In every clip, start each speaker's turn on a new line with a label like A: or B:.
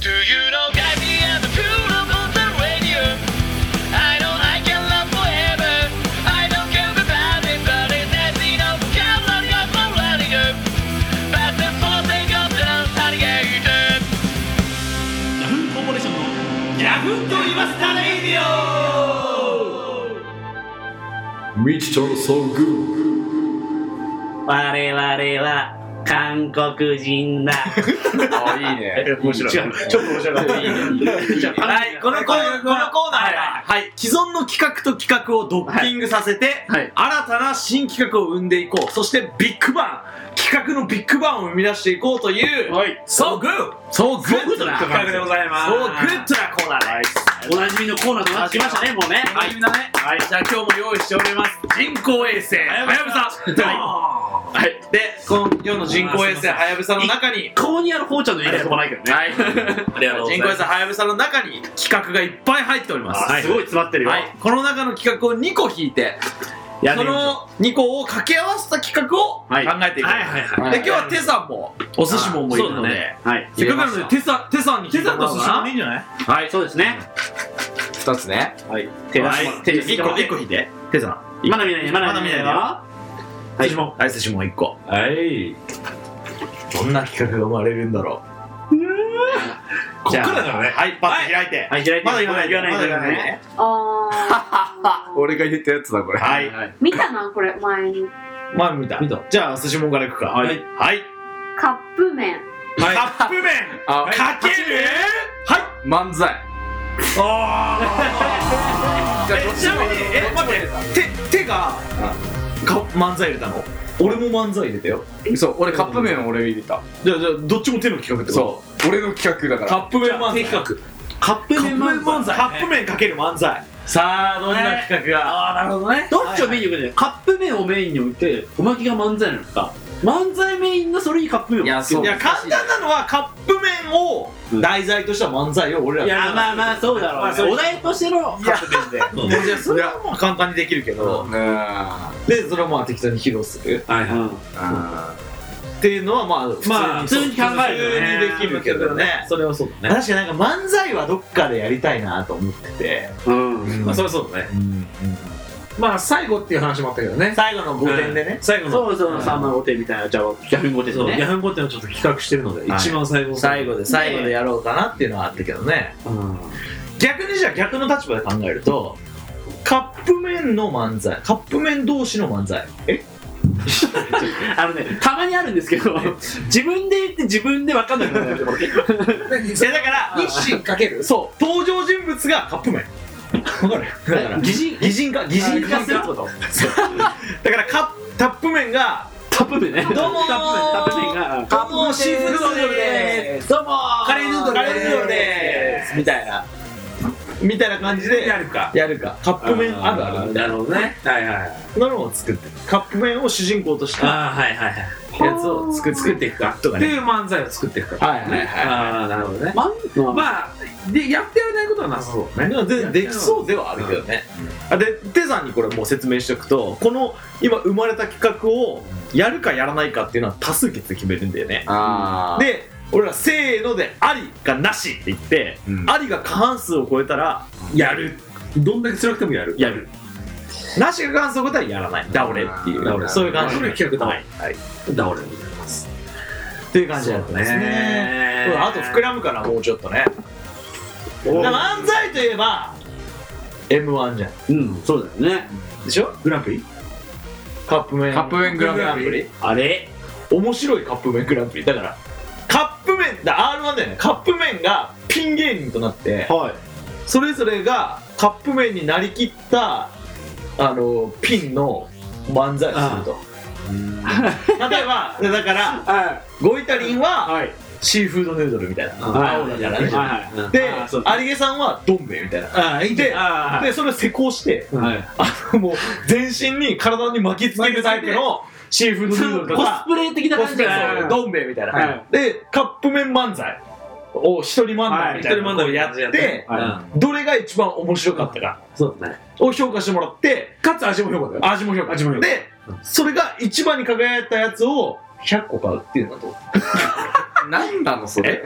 A: Do you know Gabby and the pool of on the radio? I know I can love forever. I don't care about it, but it has enough. Come on, got my radio. But the fourth thing of the alligator.
B: ヤフーコーポレーションのヤフーと言わせたレイディオ
C: Mr. So Good
D: 我々は韓国人 だ。
C: あいいね
E: 面白い。ちょっと面白かった。
D: はい、このコーナー、このコーナー
E: は
D: が、
E: い、はい既存の企画と企画をドッキングさせて、
D: はいはい
E: 新たな新企画を生んでいこうそしてビッグバン企画のビッグバンを生み出していこうという、
D: はい、
E: So good! So
D: good な
E: 企画でございます So good なコーナーです
D: おなじみのコーナーとなってきましたね、もうね。
E: はい、みんなね、はい、じゃあ今日も用意しております人工衛星はやぶさはい、はい、でこの世の人工衛星はやぶさの中に
D: こうにあるほうちゃんの言い方もないけどね。
E: はい、
D: ありがとうござい
E: 人工
D: ま
E: 衛
D: す
E: 星。はやぶさの中に企画がいっぱい入っております
D: あすごい詰まってるよ。
E: はい、この中の企画を2個引いて
D: やっ
E: そ
D: てみましょう
E: の2個を掛け合わせた企画を考
D: はい
E: えていこう、
D: はいはいはい
E: で今日はテさんもお寿司ももいるので、
D: はい。
E: せっかくなのでテさんテさんにテさんと寿司もいいんじゃない
D: はい、そうですね。
C: 2つね
D: はい。手出し
E: は
D: ま
E: い
D: 手出
E: 一
D: し
E: 個一個引いてテさん
D: まだ見ないね、まだ見ないね。
E: ま
D: は
E: 寿
D: い
E: 司。もはい寿司も1個
C: はい
E: どんな企画が生まれるんだろう
D: じゃあ
E: からねはいパッと開いて、
D: はい、開いて。
E: まだ言わない
D: 言わない、
E: まだ
D: 言
E: 言わ
D: わ
E: な
D: な
E: いい
D: ね。
F: あ ー
C: 俺が言ったやつだこれ
E: はい、
D: はい。
F: 見たなこれ前に
E: まあ見た
C: 見た
E: じゃあ寿司もんからいくか
D: はい
E: はい、
F: カップ麺
E: カップ麺
C: あ
E: かけるはい
C: 漫才じゃあどっ
E: えち
C: ち
E: な
C: も
E: みにえ待って手手がか漫才入れたの俺も漫才入れたよ
C: そう俺カップ麺を俺入れた
E: じゃあじゃあどっちも手の企画ってこ
C: そう俺の企画だ
E: と
C: か
E: ップ麺漫才カッ
D: カップ
E: プ
D: 麺
E: 麺漫才
D: 漫才。
E: カップ麺かける漫才
D: さあ、どんな企画が。
E: ああなるほどね
D: どっちをメインに置くんだよ。カップ麺をメインに置いて、おまけが漫才なのか。漫才メインのそれにカップ麺を。
C: いやそう
E: いや簡単なのはカップ麺を題材とした漫才を俺ら
D: いやまあまあそうだろう、
E: まあそう
D: お題としてのカップ麺で
E: あいやそれはもう簡単にできるけ
C: ら
E: ど
C: うんあ
E: でそれをまあ適当に披露する
D: はいはい
E: っていうのはまあ普通に,、
D: まあ普通に考えるよね
E: 普通にできるけどね
D: それはそうだね
E: 確かになんか漫才はどっかでやりたいなと思ってて、
D: うん
E: まあそれはそうだね、
G: まあ最後っていう話もあったけどね
E: 最後の5点でね、
G: 最後の
D: そうそう三万五点みたいなじゃあ逆に五点
G: そ
D: と
G: うヤ
D: ね
G: フンゴっていうのをちょっと企画してるので、
E: はい
G: 一番最後の
E: 最後で最後でやろうかなっていうのはあったけどね
D: うん
E: 逆にじゃあ逆の立場で考えるとカップ麺の漫才カップ麺同士の漫才え
D: あのねたまにあるんですけど自分で言って自分で分かんなくなる
E: いやだから
G: 日清かける
E: そう登場人物がカップ麺わかるだから擬人擬人化擬人化する
D: こと
E: だからカップカップ麺が
D: カップ麺ね
E: どうもー
D: カップ麺カップ麺が
E: カップ麺シーフードヌードルです
D: どうもー
E: カレーヌードル
D: カレーヌードル
E: で
D: です
E: みたいなみたいな感じでやるかやるかカップ麺あるあるみたい
G: なるほどねはいはい
E: なのを作ってカップ麺を主人公とした
G: ああはいはいはい
E: やつを作って
G: 作っていくか
E: とか
G: っ
E: ね
G: ていう漫才を作っていくか
E: はいはいは
G: ああなるほどね
D: まあ
G: まあでやってやれないことはなさそうだ
E: い
G: ね
E: でも全然できそうではあるけどね、あでテさんにこれもう説明しておくとこの今生まれた企画をやるかやらないかっていうのは多数決で決めるんだよね
C: あ
E: で俺らせーのでありがなしって言って
C: うん
E: あり、が過半数を超えたらやる
G: どんだけ辛くてもやる
E: やるなしが過半数を超えたらやらない倒れっていう
C: 倒れ
E: そういう感じ
G: 倒れ企画だ
E: はい、はい、
G: 倒れる
E: っていう感じだったんですねうんあと膨らむからもうちょっとねだから漫才といえば m 1じゃん
D: うんそうだよね
E: でしょ
G: グランプリ
E: カップ麺
C: カップ麺グランプリ
D: あれ
E: 面白いカップ麺グランプリだからカップ麺だ r 1だよねカップ麺がピン芸人となって
D: はい
E: それぞれがカップ麺になりきったあのピンの漫才をすると例えばだから
D: は
E: ゴイタリン
D: い
E: は
D: はい
E: シーフードヌードルみたいな
D: はい
E: 青だからね
D: はいはい
E: で
D: あそう
E: 有毛さんはどん兵衛みたいな
G: ああいい
E: で
D: あ
E: でそれを施工して
D: ーはい
E: あのもう全身に体に巻きつけるタイプのシーフードヌードルと
D: コス
E: か
D: プレ的な
E: コ
D: 感じ
E: ス
D: じ
E: プ
D: ゃ
E: レ
D: ない
E: そうどん兵衛みたいな、
D: は
E: でカップ麺漫才を一人漫才みたいなのをやって、
G: はい一人漫才みたいなや
D: はい
E: どれが一番面白かったか
G: そうだね
E: を評価してもらって
G: かつ味も良かったよ
E: 味も評価
G: 味も評価
E: でそれが一番に輝いたやつを100個買うっていうのと
C: 何なのそれ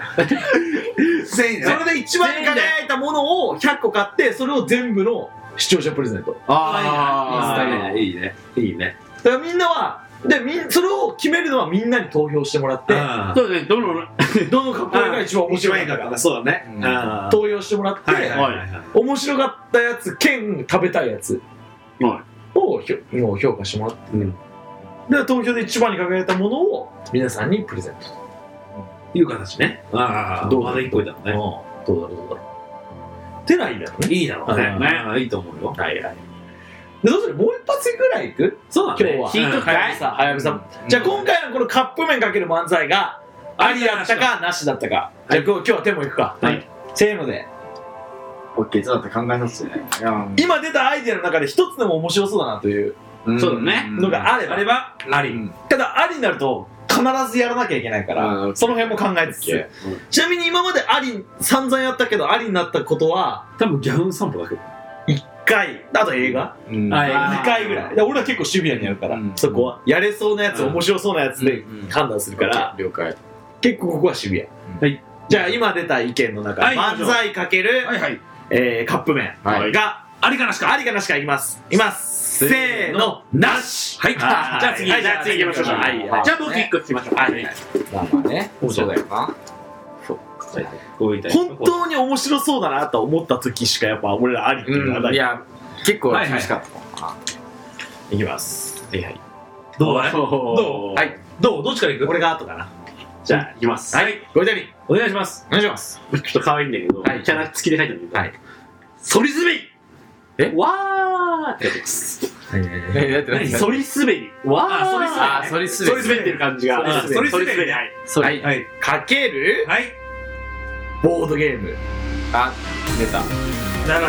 G: 全員
E: そ
G: ね
E: れで一番に輝いたものを100個買ってそれを全部の視聴者プレゼント
D: あ
G: は
D: あ
G: いはいいいねいいね
E: だからみんなはでみんそれを決めるのはみんなに投票してもらって
G: うん
D: そうですねどの
E: どのカップルが一番面
G: 面
E: 白
G: 白
E: い
G: い
E: か
G: か
E: と
G: っ
E: か
G: たそうだね
C: う
G: うんんはい
E: 投票してもらって、
G: はいはいはい
E: 面白かったやつ兼食べたいやつ
D: は
E: をひょもう評価してもらって、
G: うん
E: で投票で一番に輝いたものを皆さんにプレゼント
G: いう形ねああ動画で一個いたのね
E: どうだろうどうだろうてないだろうね
G: いいだろうね
E: う
G: うんいいと思うよ
E: はいはいでどうするもう一発ぐらいいく
G: そうだね
E: 今日
D: 引いとくかい
E: さん早見さん、
C: うん
E: じゃあ今回のこのカップ麺かける漫才がありだったかなしだったか、じゃあ今日今日は手もいくか、
D: はい
E: せーので
C: オッケー、そうだって考えさせてね。いや
E: 今出たアイデアの中で一つでも面白そうだなという
D: そうだね
E: のがあれば、
G: あればあり
E: ただありになると必ずやらなきゃいけないから、
C: うん
E: その辺も考えつつ、ちなみに今まであり散々やったけどありになったことは
G: 多分ギャフン散歩だけ
E: 1回あと映画、
C: うん。
G: はい
E: 2回ぐらいで俺は結構シビアにやるから、
C: うん
E: そこはやれそうなやつ、
G: うん
E: 面白そうなやつで
C: うん
E: 判断するから、
C: 了解。
E: 結構ここはシビア、
G: はい
E: じゃあ今出た意見の中、
G: はい
E: 漫才かける、
G: はいはい
E: えーカップ麺が、
C: はい
G: ありかなしか
E: ありかなしかいきますいますせーのなし
G: はいじゃあ次
E: はいじゃあ次行きましょう
G: は
E: はいい
D: じゃあ僕一個聞きましょう
E: はい
C: まあまあね。そうだよな。
G: こういった
E: 本当に面白そうだなと思った時しかやっぱ俺らありっていうのはない
C: いや、結構
G: はいはい
C: 厳しかったない
E: きますはいはい
G: どうだい
E: どう
C: はい。
G: どうどっちからいく
E: 俺が後かな
D: じゃあいきます
E: はいごゆたり
G: お願いします
E: お願いします
D: ちょっと可愛いんだけど、
E: はい
D: キャラ付きで書いてあるんだ
E: は
D: け
E: い
D: ど、反り滑り
C: え
D: わーって書いてます。
C: え、だって何
D: 反り滑りわー
G: あ反り滑
C: あ、それすべ
D: 反り滑ってる感じが。
E: 反り滑り
D: 反り滑りはい。
C: はい。
G: はい
E: かける
G: はい
E: ボードゲーム
C: あ、出た。
G: なるほどねはいは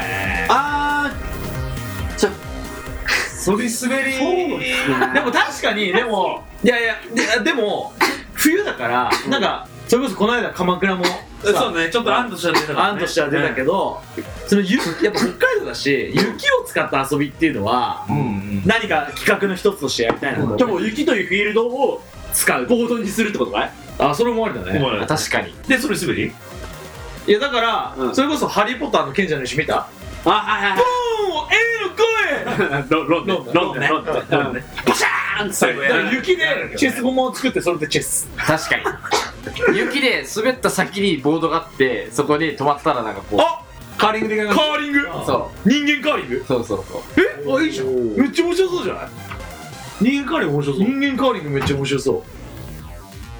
G: い
D: あ
C: そり滑り。
E: でも確かにでもいやいやででも冬だからなんかそれこそこの間鎌倉も
G: そう
E: さ
G: だねちょっと案としては出たからね
E: 案としては出たけどそのゆやっぱ北海道だし雪を使った遊びっていうのは
C: うんうん。
E: 何か企画の一つとしてやりたいな
D: ー
E: と
D: でも雪というフィールドを
E: 使う
D: ボードにするってことかい
E: あそれもありだね
G: 思わない
C: 確かに。
G: でそれ滑り
E: いやだから、
D: うん
E: それこそ「ハリー・ポッター」の賢者の石見た
D: あ、はいはい
E: ボーン A の声
D: はい。ロロン
E: ロン
D: で、
E: で
D: ロンでね、ロンでね。
G: ロン
D: うんバシャーンって最 後
E: だから雪でチェス駒を作ってそれでチェス
C: 確かに。雪で滑った先にボードがあって、そこに止まったらなんかこう。
E: あ
C: カーリングで
E: カーリング
C: そ
E: 人間カーリング
C: う。そうそうそう。
E: えあいいじゃんめっちゃ面白そうじゃない
G: 人間カレー面白そう
E: 人間カーリングめっちゃ面白そ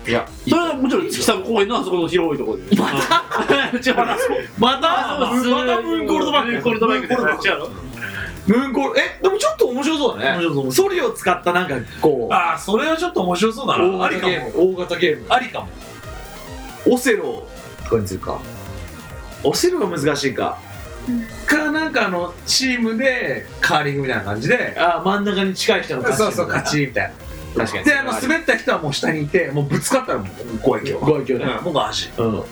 E: う
C: いや、いい
D: それはもちろん月さん公園のあそこの広いところで。また違う、また
E: また
D: あそうです
E: またムーンゴールドバック
D: ムーンゴールドバックで
E: ムーンゴールドバック
D: 違うの
E: ムーンゴールえでもちょっと面白そうだね
G: 面白そう
E: ソリを使ったなんかこう
G: ああそれはちょっと面白そうだ
E: 大
G: なあり
E: 型
G: かも
E: ゲーム大型ゲーム
G: ありかも
E: オセロとかにするかオセロが難しいか
G: かなんかあのチームでカーリングみたいな感じで
E: あ真ん中に近い人の勝ち
G: そうそう勝ちみたい
C: 確か
G: な
C: に。
G: であの滑った人はもう下にいてもうぶつかったらもう怖いけど
E: ご愛嬌ね、
G: うん僕は足
E: うん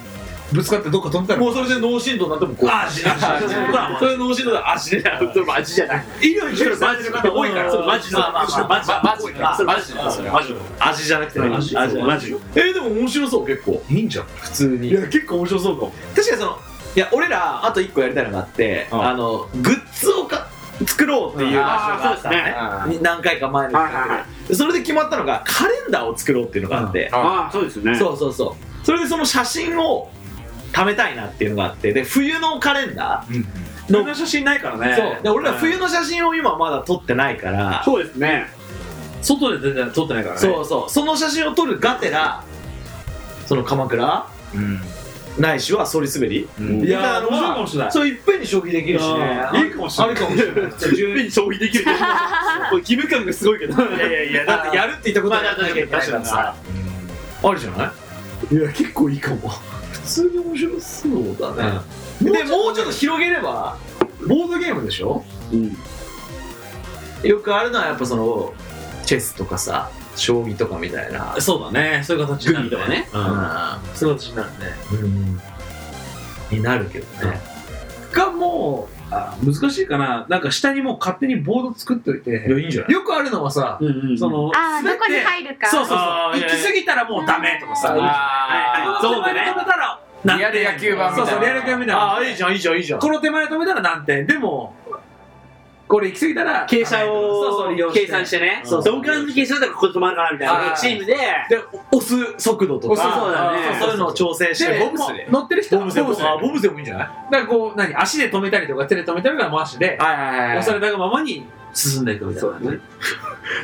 G: ぶつかってどっか飛んだら
E: もうそれで脳震盪になってもこう
G: あ 足足足僕はもう
E: それ脳震盪で足で
D: それマジじゃない。
E: 医療に
D: それマジ
E: 方多いから
D: それマジ
E: まあまあまあ
D: マジ
C: マジか。マジか。それは
D: ジ
E: 味じゃなくてね
D: マジ
E: 味
D: マジよ
E: えーでも面白そう結構
G: いいんじゃん
E: 普通にいや結構面白そうかも確かにそのいや俺らあと1個やりたいのがあって、
G: うん
E: あのグッズをか作ろうっていう話があったの
D: あーそうです
E: ね、
C: あ
E: に何回か前に、
D: はいはいは
E: それで決まったのがカレンダーを作ろうっていうのがあって、
D: ああ、そうですね。
E: そうそうそうそれでその写真を貯めたいなっていうのがあってで冬のカレンダ
C: ーうん
E: ーの、
G: こんな写真ないからね
E: そうで俺ら冬の写真を今まだ撮ってないから、
D: そうですね。
G: 外で全然撮ってないからね
E: そうそうその写真を撮るがてらその鎌倉
C: うん。
E: ないしはソリ滑り
C: うん
G: いや
E: だ
G: ー
E: から
G: 面白いかもしれない
E: それいっぺんに消費できるしね
G: うんいいかもしれ
E: あ
G: ない
E: るかもしれない
D: いっに消費できるけど。これ義務感がすごいけど。いやいやいや
E: だってやるって言ったこと
D: ま
E: は
D: あ、
E: やらな
D: 確
E: き
D: か
E: ゃいけな
D: に
E: いか
D: 確からに
E: さ
D: さ。
E: あるじゃないいや結構いいかも普通に面白そうだね、でもうちょっと広げればボードゲームでしょ
D: うん。
E: よくあるのはやっぱそのチェスとかさ将棋とかみたいな
G: そうだねそういう形になる
D: グミとかね
G: うんそういう形になるね
E: うんになるけどね
G: がもうあ難しいかななんか下にもう勝手にボード作っておい
E: いや
G: て
E: いいんじゃない
G: よくあるのはさ
D: うんうんうん。
G: その
F: あー
G: 滑
F: ど
G: って
F: こに入るか
G: そうそうそう
D: あーい
G: 行
D: やいや
G: き過ぎたらももうダメとかさ
E: あ
G: はいはい
D: ゾーンでね
G: 止めたら何
C: リア
G: 点
C: ル野球盤みたいうな
G: そそうリアル野球盤みたいな
E: あーいいじゃんいいじゃんいいじゃん
G: この手前で止めたら何点でもこれ行き過ぎたら
D: 傾斜
G: そうそう利用
D: を
G: して
D: 計算してね、
G: そう
D: どんくらいの傾斜だったらここで止まるかなみたい
C: あ
D: な
C: ー
D: チームで、
E: で押す速度とか
D: 押すそうだね
E: あーそうそういうのを調整して
G: で
E: ボ
G: ボ
E: ブ
G: ブ
E: ス
G: ス
E: で
G: で乗ってる人は
E: ボブスで
G: ボブスで
E: あボブスでもいいんじゃない
G: だからこう何足で止めたりとか手で止めたりとかも足で
E: はいはいはい
G: 押されたがままに進んでいくみたいなね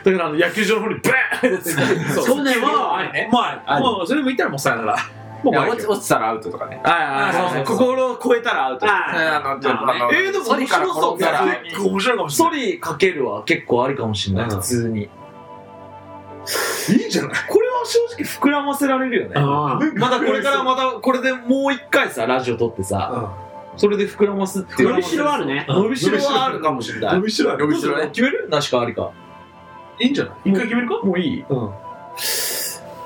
E: だからあの野球場の方にバーンって
G: そう
D: 去年は
G: ありねもうありもうそれも言ったらもうさよならもう
C: いや
G: バイ
C: 落ち落ちたらアウトとかね。
E: はい
G: はいはい
E: 心を超えたらアウト
C: あ
D: あ
C: の、ちょっとあの、
E: えーでも
C: ソ
E: 面
C: リから
E: 白そう
C: 転んだら、
E: 結構面白いかもしれないソリかけるは結構ありかもしれない
G: うん
E: 普通にいいじゃないこれは正直膨らませられるよね
D: あ
E: またこれからまたこれでもう一回さラジオ撮ってさそれで膨らますっていう
D: 伸びしろはあるね
E: 伸びしろはあるかもしれない
G: しろ
C: 伸びしろね
E: 決めるなしかありか
G: いいんじゃない一回決めるか
E: もういいうん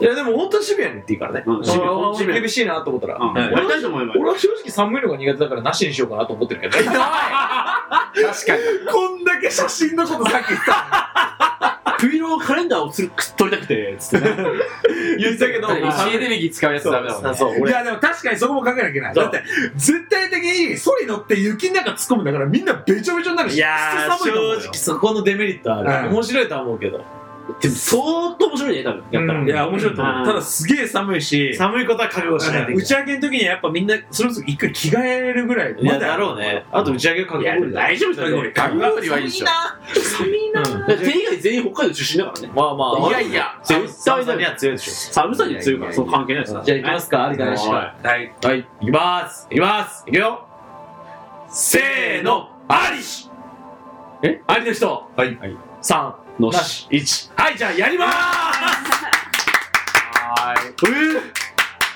E: いやでも本当にシビアに言っていいからね
D: うん
E: 俺は
D: シビア
E: 厳しいなと思ったら
D: うんやりたいと思えば
E: 俺は正直寒いのが苦手だからなしにしようかなと思ってる けどね
C: 確かに。
G: こんだけ写真のことさっき言った
D: 冬のカレンダーをつる取りたくてつってね
E: 言ったけど
C: だって石井デビギ使うやつダメだもんね。
E: そう
G: い
E: 俺
G: やでも確かにそこも考えなきゃいけない
E: そう
G: だって絶対的にソリ乗って雪の中突っ込むんだからみんなべちょべちょになるし
E: いやー
G: くそ寒いと思うよ
E: 正直そこのデメリットある、
G: うん
E: 面白いとは思うけど
D: でも相当面白いね多分やったら、
E: うん
G: いや面白いと思
D: う
G: うんただすげえ寒いし
E: 寒いことは覚悟しないとい
G: 打
E: け
G: ち上げの時にはやっぱみんなそれこそ一回着替えるぐらい
E: ないいやだろうねあと打ち上げ覚
D: い
E: 悟
D: やでも大丈夫だよ俺
C: ガンガンリはいいでしょ。
D: だって手以外全員北海道出身だからね
E: まあまあ
C: いやいや、
D: 絶対だ
E: に
D: よ
E: は強いでし
D: 寒さに強いからそう関係ないです
E: ょじゃあ行きますかありかなしか
G: はい
E: はい行きます行きます行くよせーのありし
D: え
E: ありの人
G: はい
E: 3
D: の
E: な
D: し
E: し1はいじゃあやりまー
C: はーい。
E: すうー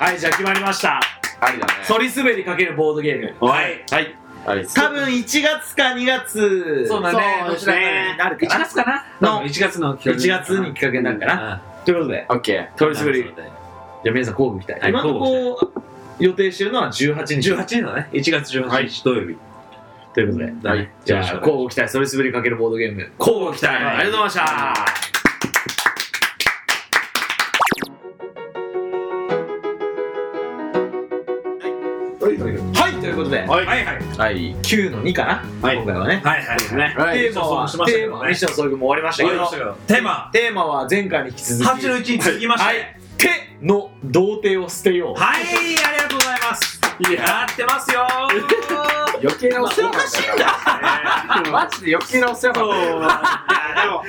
E: はいじゃあ決まりました
C: ありだね。
E: ソリ滑りかけるボードゲーム
D: はい
E: はい
C: あり
E: 多分1月か2月
G: そうだね
D: そうですね
E: なるか
G: 1
E: な
G: 月かな
E: の
G: 多分1月の
E: 1月に企画になるかな
G: な
E: ということで
C: オッケ
E: 取り滑りじゃあ皆さん交互期待
G: はい
E: 今のとこ予定してるのは18日
G: 18日だね1月18日土曜日
E: ということで
G: はい
E: じゃあ交互期待それ滑りかけるボードゲーム交互期待ありがとうございましたはいということで
G: はいはいはい
C: ー。はい。
E: 9の2かな
D: はい
E: 今回はね
G: はいはい
D: ね
C: はい。
E: テーマは
G: ミッション遭遇しました
E: テ
G: け
E: ー
G: どね
E: マミッション遭遇も終わりましたけど
G: テーマ
E: テーマは前回に引き続き
G: 8の1に続きました
E: は
G: ね
E: い手の童貞を捨てよう
G: はい、ありがとうございます。やってますよ。
C: 余計なお世話かしいんだ。マジで余計なお世話なんだよ
G: 違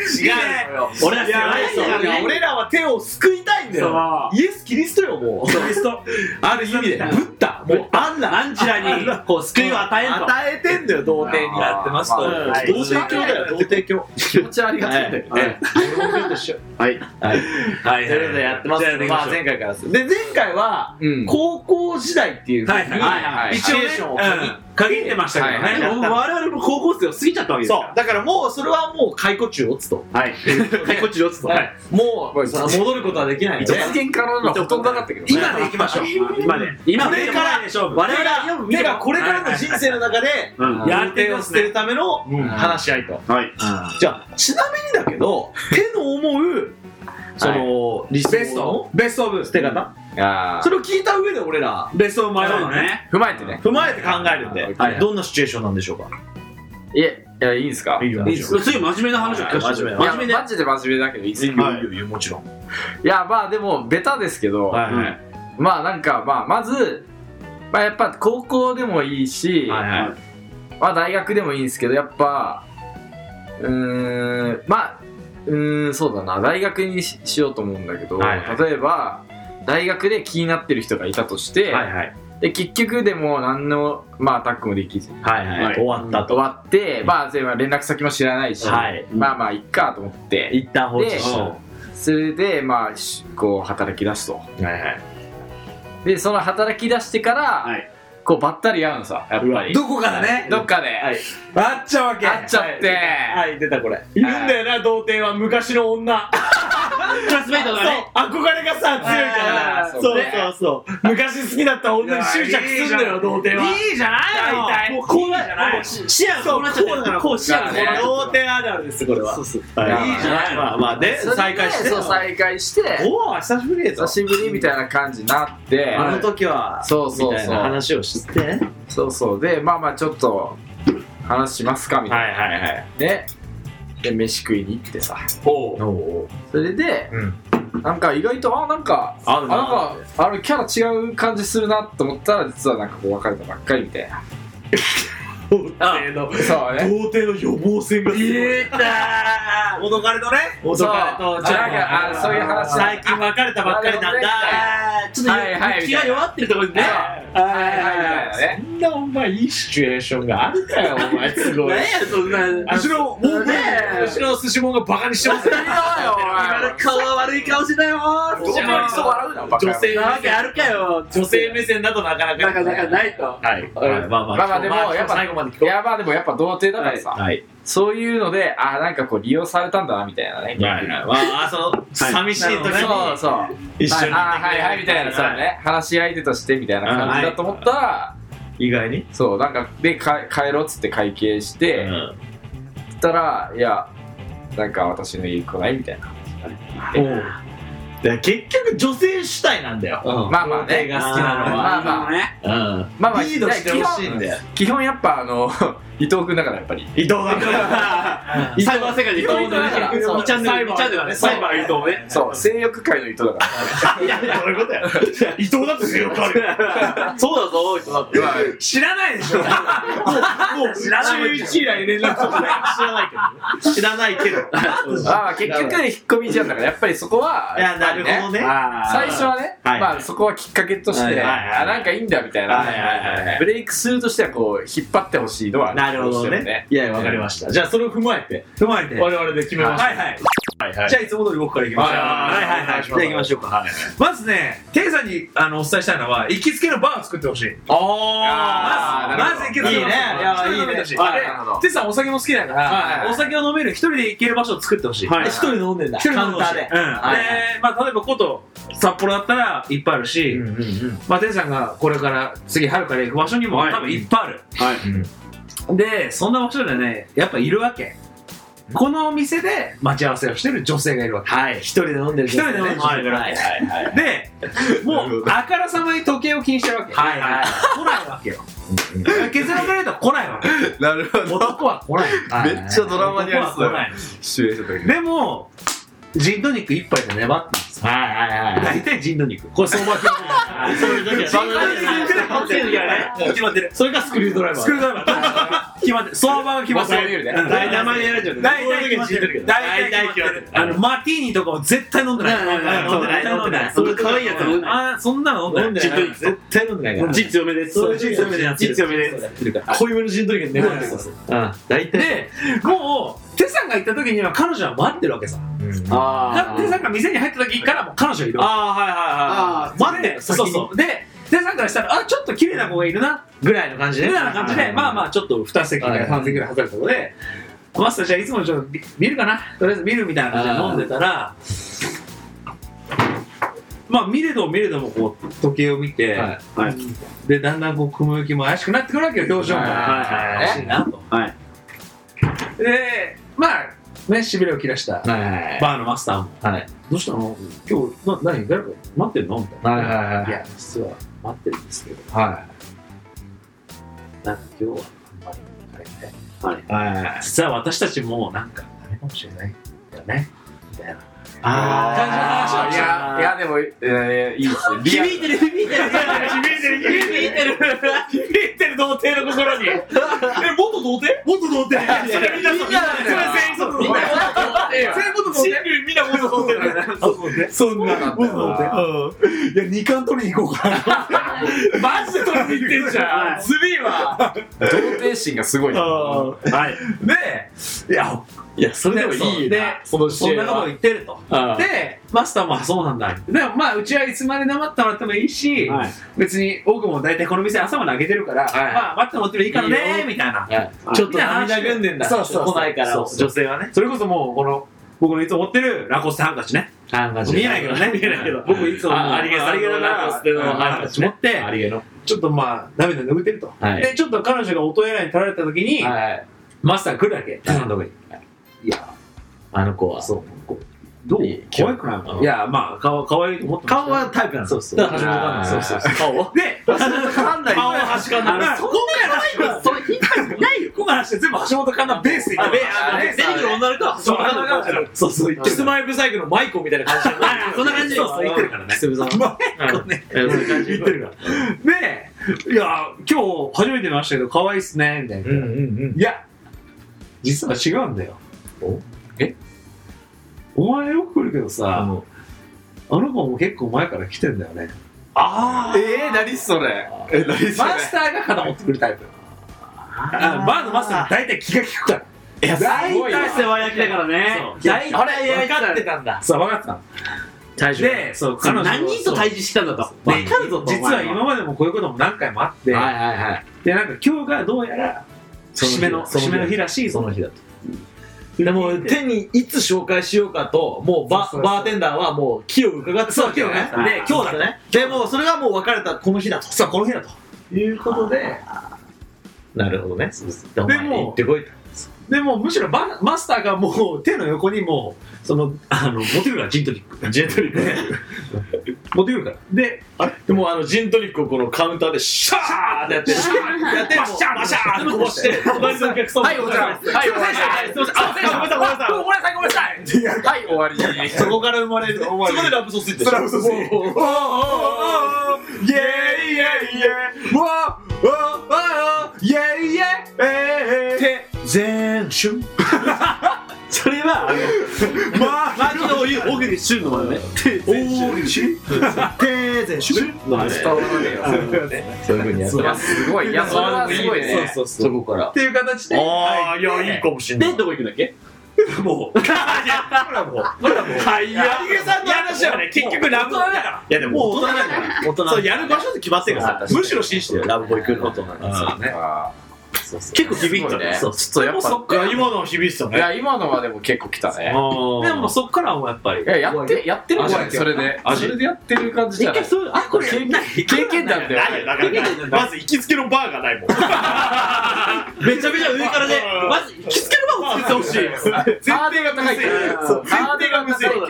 G: うよ。
D: 俺ら
E: いや
D: 世
E: そう
D: 代だからね
E: 俺らは手を救いたいんだよ
D: そ
E: イエス・キリストよもう
G: キリスト。
E: ある意味でブッダもうアン
D: うア
E: ラ
D: ンチラにこう救いを与えると
E: 与えてんだよ童貞に
G: やってますと。
E: うん
D: はい
E: 童貞教だよ童貞教
C: 気持ち悪いがついんだよね。
E: ね童貞と一緒
D: はい
E: はいと
G: は
E: いうことでやってますけどまあ前回からですで前回は
C: うん。
E: 高校時代っていう
G: はいはい
D: はい
C: はい
E: シチュエーションを
G: 回、うん、限ってましたけど
C: はい
D: で
G: ね。
D: も我々も高校生を過ぎちゃったわけです
E: そ
D: か
E: うだからもうそれはもう解雇中落つと
D: らはいはいこっちで落ちたはい
E: も
C: は
E: う
C: い
E: その戻ることはできないの
C: 実
E: で
C: 現可能なのはほとんどなかったけどね。
G: 今で行きましょう。
D: 今で今
E: これから
G: で勝負。
E: 我々が手がこれからの人生の中で
D: うん
G: や
E: 童
G: って
E: 貞
G: ま
E: を捨
G: す
E: てる
G: ね。
E: ための話し合いと
D: はい
E: じゃあちなみにだけど手の思うその、リ
G: ベス
E: スト
G: ト
E: の
G: ベストオブ
E: 捨て方、
C: あ
E: それを聞いた上で俺ら
G: ベストオブマイ
D: そう
G: ド
D: だ
G: ね。
D: ね
C: ー踏まえてね。
E: 踏まえて考えるんで、
C: はい
E: はいどんなシチュエーションなんでしょうか
C: いえ、いや、いいんすか
E: よ
D: いいです次真面目な話を聞かせて
E: 真面目
C: いや
D: 真面目で
C: マジで真面目だけど、いつい
D: はい
E: よもちろん
C: や、まあでも、ベタですけど、
E: はい
D: はい
C: まあなんか、まあまず、まあやっぱ高校でもいいし、
E: はいはい
C: まあ大学でもいいんですけど、やっぱ、うーん、まあ、うーん、そうだな、大学にししようと思うんだけど、
E: はいはい
C: 例えば、大学で気になってる人がいたとして、
E: はいはい
C: で結局でも何の、まあ、アタックもできず
E: はいはい、
D: はい
E: 終わった
C: 終
E: と、
C: わって、まあ、全部連絡先も知らないし、
E: はい
C: まあまあいっかと思って
E: 一旦放置し
C: でそれでまあしこう働き出すと
E: たはいはい
C: でその働き出してから、
D: はい
C: こうばったり会うのさやっぱり
G: どこからね。
C: どっかで、
E: はい
G: あっちゃうわけ。
C: 会っちゃって、
E: はい出たこれいるんだよな童貞は昔の女
D: クラスメイトがね
E: そう、憧れがさ、強いから
C: あ
E: な。
C: ー
E: そう
C: ね
E: そうそう。昔好きだった女に執着すんだよ、童貞は。
G: いいじゃないの
E: 大体
G: もうこうなじゃない
D: 視野がこうなっちゃってるからこう視野がこうなっちゃってる
E: 童貞あるあるです、これは。そうそう。
C: いいじゃ
E: ないまあまあね、
C: それで
E: 再開して。
C: そう再会して
E: おお、久しぶりです
C: 久しぶりみたいな感じになって
E: あの時は、
C: そうそうそう
E: みたいな話をして。はい
C: そうそうでまあまあちょっと話しますかみたいな、
E: はいはい。
C: ねで飯食いに行ってさ
E: おお。
C: それで、なんか意外とあなんか
E: あるな
C: あなんかあれキャラ違う感じするなと思ったら実はなんかこう別れたばっかりみたいな
E: 童貞の、
C: そうね
E: 童貞の予防線がすごい。
G: 元彼とね
E: 元彼と、
C: そうあなんかあそういう話
E: 最近別れたばっかりなんだ。
D: あーちょっと
C: はいはい
D: 気が弱ってるところにね
C: そうはいはいはいはいね
E: そんなお前いいシチュエーションがあるかよ、お前すごい。
D: 何やそんな
E: 後ろ、もうね、後ろの寿司もんがバカにしてますよ。
D: 顔は悪い顔してたよー
C: どこまでそう笑うなバカ
E: 女性
D: なわけあるかよ
E: 女性目線だとなかな
D: な
E: か。
D: かなかないと
E: はい。はいまあまあ、
C: まあまあでもやっぱ
E: 最後まで聞
C: い
E: こう。
C: やまあでもやっぱ童貞だからさ、
E: はい。
C: そういうのであなんかこう利用されたんだなみたいなね、
E: はい。まあ、あその、寂しい時
D: な
C: そ
D: る
E: に
C: うそう
E: 一緒に。
C: あはいはいみたいなさ、ね話し相手としてみたいな感じだと思ったら、
E: 意外に。
C: そうなんかでか帰ろうっつって会計して、
E: うん
C: ったら、いや、なんか私の家来ないみたいな。
E: おうだから結局、女性主体なんだよ。
C: まあまあ
E: 女性
C: ね。
E: が好きなのは。
C: まあまあ
D: ね
E: うん。
C: まあまあ、
E: リードしてほしいんだよ。
C: 基本やっぱあの、伊藤君だからやっぱり。
E: 伊藤が。
D: サイバー世界で伊藤のね2チャンネル2チャンネルだねサイバー伊藤ね
C: そう、性欲界の伊藤だから。
E: いやいや、どういうことや。伊藤だって性欲あるよ。
D: そうだぞ伊藤だって
C: まあ
E: 知らないでしょ。もう知らない。11以来連絡取ってない。知らないけど。知らないけど。
C: まあ、結局引っ込みじゃんだから、やっぱりそこは、
E: いや、なるほどね。
C: 最初はね、
E: はい
C: まあそこはきっかけとして、
E: はいはいはい
C: あなんかいいんだみたいな、
E: はいはいはい
C: ブレイクスルーとしてはこう引っ張ってほしいのはあ
E: なるほ
C: どうして
E: ど
C: も
E: ね。いやいや、わかりました。じゃあ、それを踏まえて、
G: 踏まえて
E: 我々で決めまし
G: はいはい
E: た。
G: じゃあいつも通り僕からいきましょう
E: はいはいはいはい
G: じゃあいきましょうかまずねテイさんにあのお伝えしたいのは行きつけのバーを作ってほしい
C: あーな
G: ま
C: るほど
G: ず行ける
E: いいね
G: い
E: いやいいね
G: し
C: はいなるほど
G: テツさんお酒も好きだか
C: はいはい
G: らお酒を飲める一人で行ける場所を作ってほしい
D: はい
E: 一人飲んでんだ。
G: 一人
E: カ
G: 飲
E: ウ
G: ん
E: ン
G: で
E: タ
G: ほし
E: ーで。
G: いうん
C: はい
G: でまあ例えばこと札幌だったらいっぱいあるし
E: うんうんうん
G: まあ、天さんがこれから次春から行く場所にも
D: はい
G: 多分いっぱいある、
D: はい
G: でそんな場所でねやっぱいるわけこのお店で待ち合わせをしてる女性がいるわけ
E: はい。一人で飲んでる。
G: 一人で飲んでる
E: はいはいはい。
G: でも
E: なるほ
G: うあからさまに時計を気にしてるわけ
E: はいはい
G: 来ないわけよ結論から言うと来ないわけ
C: なるほ
G: 男は来ない
E: はい
C: めっちゃドラマにありそう
G: 男は来ない
C: シチュエーションだけど
G: でもジントニック一杯で粘って
E: はいはいはい。
G: 大体ジントニックこれ相場表
E: そういう時
G: ジン トニックで
E: は
G: 勝てるじゃない決まってる
E: それがスクリュードライバー。
G: スクールドライバー決まってる相場が決まって
C: まあそういう
G: る
C: ね
G: うん
E: 大名前でやられちゃう。
G: 大体決まってる。大体決まってる。あの、マティーニとかを絶対飲んでない。
D: 飲んでない飲んでないそれ可愛いやつ飲んでない
G: あーそんなの飲んで
E: 飲
G: なんい。
E: でない。絶対飲んでないから。
D: 実強めです
E: そういう人強めでやってる
D: 実強めです
E: 濃いめのジントニックで眠るんですよ。うん。大体。
G: で、もう、テさんが行った時には彼女は待ってるわけさ。だか
D: あ
G: らテさんが店に入った時からもう彼女いるわ
E: ああ、はいはいはい。
G: け。待って、そうそう。で、テさんからしたら、あ、ちょっと綺麗な子がいるな。
E: ぐらいの感じ
G: み
E: で。
G: たいな感じで、まあまあ、ちょっと2席から3席ぐらい外れたとこで、マスターじゃあいつもちょっとビビールかなとりあえずビールみたいな感じで飲んでたら、まあ見れど見れどもこう時計を見て、
E: はい
D: はい
G: でだんだんこう雲行きも怪しくなってくるわけよ表情も、
C: はい
D: はい
C: はい
G: 怪しいなと、
D: はい
G: でまあねしびれを切らした
E: はいはいはい。
G: バーのマスターも「
E: はい
G: どうしたの今日な何誰か待ってんの?」みたいな「
E: はいはいはい
G: いや実は待ってるんですけど
E: は
G: なんか今日はあんまりあれね
E: い。はい。
G: 実は私たちもなんかあれかもしれないんだよねみたいな
E: あ
C: いやいやでも、えー、いいですねリアル
D: 響いてる響いてる響いてる響いてる
E: ー。響いてる童貞の心に。え、元童貞元童貞。それみんなそう。それ全員そう。みんなそう。人類みんな元童貞だよ。そんな、元童 貞。いや、二冠取りに行こうかな。マジで取りに行ってんじゃん。スリーは。
C: 童貞心がす ごいな
E: はい。ねえ。いや、いや、それでもいいね。その
G: そんなこと言ってると
E: で、
G: でマスターもあそうなんだでもまあうちはいつまで黙ってもらってもいいし、
D: はい
G: 別に僕も大体この店朝まで開けてるから、
E: はい
G: まあ待ってもらってもいいから
E: いい
G: ね
E: よ
G: みたいな
E: ちょっと涙ぐんでんだ。
G: そうそうそう
E: 来ないから、
G: そうそう
E: 女性はね。
G: それこそもうこの僕のいつも持ってるラコステハンカチね。
D: ハンカチ
G: 見えないけどね。
D: 見えないけど。
G: 僕いつも
D: あありげさんの
G: ありげながら
D: ラコステのハンカチね
G: 持って
D: あ、りえの。
G: ちょっとまあ、涙拭ってると。
D: はい
G: で、ちょっと彼女が音偉いに取られた時に、
D: はい。
G: マスター来るわけ。そのとこに。
D: あの子は。
G: そう。どう可愛くないいや、まあ、顔、可愛いと思ってました
E: 顔はタイプなの
D: そうそう
E: だから橋本環奈
D: そうそうそう。顔
G: で、
E: 橋本環奈に
G: 顔は橋本環奈。今回の話、それ、ないよ。今回の話、全部橋本環奈ベースでいく
E: あ、
G: わ
E: で、あの、デビューの女の子は橋
G: そう
E: 本環奈だから
D: そうそう、
E: キスマイブサイクのマイコみたいな感じで。
G: あそんな感じ
E: そうそう、言ってるからね。
D: すぐさん。
G: ま
D: うんそういう感じ
G: 言ってるから。で、いや、今日初めて見ましたけど、可愛いっすね、みたいな。
E: んうん
G: いや、実は違うんだよ。
E: お
G: えお前よく来るけど
E: あ
G: さ、
E: の、
G: あの子も結構前から来てんだよね。
E: あー。
C: えー、何それえ、何それ
G: マスターが肩持ってくるタイプ。あバーのマスターに大体気が利くから。
E: いや、
G: 大
E: 大
G: 体
E: 体世話焼きだからね。大体焼い
D: 分かって
E: たんだ。
G: さあ、分かった。
D: 体重。
G: で、そう、彼女
D: 何人と対峙してたんだと。
G: そう
D: わかるぞ、
G: で実は
D: お前
G: 今までもこういうことも何回もあって、
D: はいはいはい。
G: で、なんか今日がどうやら、
D: その日
G: 締めの、
D: その日
G: 締めの日らしいぞ
D: そ。の日だと。
E: でも、手にいつ紹介しようかと、もうバ
G: そうそうそう
E: バーテンダーはもう気を伺ってたわけよね
G: そう。
E: で、今日だね。でも、それがもう別れたこの日だと。
G: さあ、この日だと。いうことで、
D: なるほどね。で
G: でも
D: 行ってこいと。
G: でもむしろママスターがもう手の横にもうそのあの持ってくるからジントニックジントニック持ってくるからで
E: でも、あの、ジントニックをこのカウンターでシャーってやって、シャーってやって、バシャーバシャーってこぼして、隣のお客様
C: はいお茶
E: はい、お茶はい、すいません。あ、すいません、ごめんなさい、ごめんなさい、ごめんなさい。
C: はい、終わり。
E: そこから生まれる、そこでラブソースいってラブソース。
G: イエイエイエイわーわーわーイエイエイえー
E: 手全瞬それはあの
G: まあ
D: マジのお湯、奥にシュンのまね。
G: おーし
E: 手全瞬
D: まあね
C: 伝わらねえよ。
D: そういうふうにやって
C: いや、
D: ます
C: ごい。いや、それはすごいね。
D: そうそうそう。そこから。
G: っていう形で
E: ああいやいいかもしんない
D: で、どこ行くんだっけ
G: もうほらもうほらもうはいや
E: 有吉さんの話はね結局ラブ
G: 大人だから
E: いやでも大人だから
D: 大人
E: そうやる場所って決まってるからさむしろ信じてよ
D: ラブボ行くのことなんですよね。
C: あ
D: 結
C: ー
D: 構響いたね。
C: すごいそう、やっぱ。
E: いや今のは響いてた
C: いや、今のはでも結構来たね。
G: で
E: で
G: も
E: も
G: そっからはやっぱり
C: いや、やって、やってるじゃん、
G: 味
C: それで。それでやってる感じじゃない。
D: そういう、あ、これ、経
C: 経験談だよ。
E: ないよだからまず行きつけのバーがないもん
D: めちゃめちゃ上からね、まず、着付けの場を作ってほしい。
C: ハードルが高いから。そうハードルが高いけど。
G: まず行っ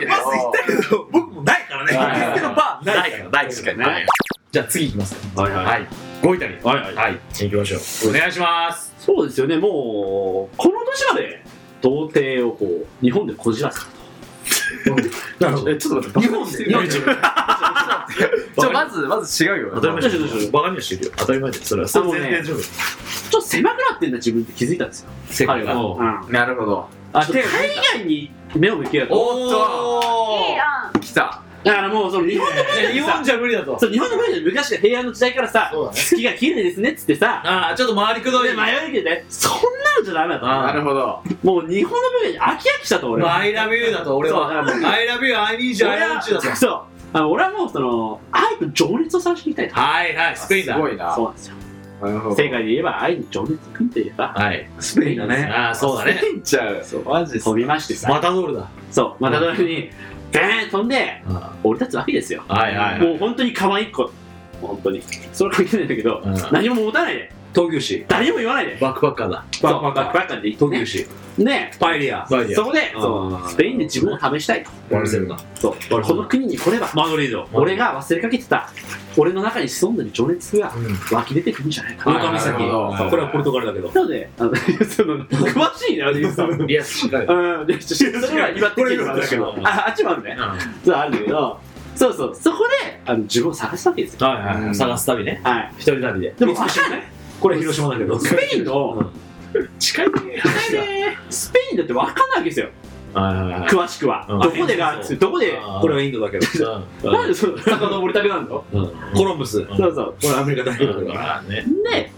G: たけど僕もないからね
C: はい
G: 行きつけのバーないから
E: ないですかね
D: じゃあ次いきます。
G: はいはい
C: はい。
E: ごいたり
G: はいはい
E: 行きましょう
G: お願いします
D: そうですよね、もう、この年まで、童貞をこう、日本でこじらせた
G: なる
D: と。え、ちょっと待って、日本で
G: いやちょっと
C: じゃあ、まず、まず違うよ。
D: 当たり前でしょ
E: バカにはしてるよ当たり前でそれは
D: あもうね
E: 全然丈夫
D: ちょっと狭くなってんだ自分って気づいたんですよ世界が、
G: おう
D: うん
C: なるほど。
D: あちょっと海外に目を向けようと
C: おっと、
F: いい案
C: 来た。
D: だからもうその日本の
E: いや日本じゃ無理だと
D: そう日本の文化で昔から平安の時代からさ
E: そうだね
D: 月が綺麗ですねっつってさ
E: ああちょっと回りくどい
D: で迷いけどねそんなのじゃダメだ
C: なるほど。
D: ともう日本の文化に飽き飽きしたと俺
E: まあ
D: は
E: I love you だと俺は
D: そうだからもう
E: I love you I need you
D: 俺
E: I want you だと
D: はそうあの俺はもうその愛と情熱を探していきたいと
E: はいはいスペイン
C: す
E: だ
C: ごいな
D: そ。うなんですよ
C: なるほど。
D: 世界で言えば愛に情熱くんといえば
E: はい
G: スペインだね
E: ああそうだね
C: ちゃう。
E: マジ
D: 飛びましてさ
E: マタドールだ
D: そうまたドにベーン飛んで降り立つわけですよ
E: はいはいはい
D: もう本当に可愛い子本当にそれ関係ないんだけど
E: うん
D: 何も持たないで
E: 闘牛士
D: 誰にも言わないで
E: バックパッカーだ
D: バックパッカーバックパッカーで行
E: 闘
D: って
E: 牛
D: ね
E: 士
D: ね
G: パエリア
E: バイデ
D: そこでそう
E: あー
D: スペインで自分を試したいと
E: バルセロナ
D: そう俺この国に来れば
G: マドリード
D: 俺が忘れかけてた俺の中に潜んでる情熱が
E: うん
D: 湧き出てくるんじゃないかな
G: 狼岬
C: なるほど
G: そうこれはポルトガルだけど
D: なのであの その詳しいねあのユージさん
E: リアスしかい
D: うん、でそれは岩手県の話だけ
E: こ
D: ど
E: れ、岩手
D: ああっちもあるね、そうあるんだけど、そうそう、そこであの自分を探すわけですよ。
E: はいはい探す旅ね
D: はい、
E: 一人旅で
D: でも分かんない、
G: これ広島だけど
D: スペインの、
E: 近いね
D: スペインだって分かんないわけですよ、
E: はいはいはい
D: 詳しくは。
E: うん
D: どこでが
E: そう
D: どこで、
G: これはインドだけど
D: なんでその遡りたくなるの
G: コロンブスこ
D: そうそう。
G: れアメリカ大陸だから
D: で、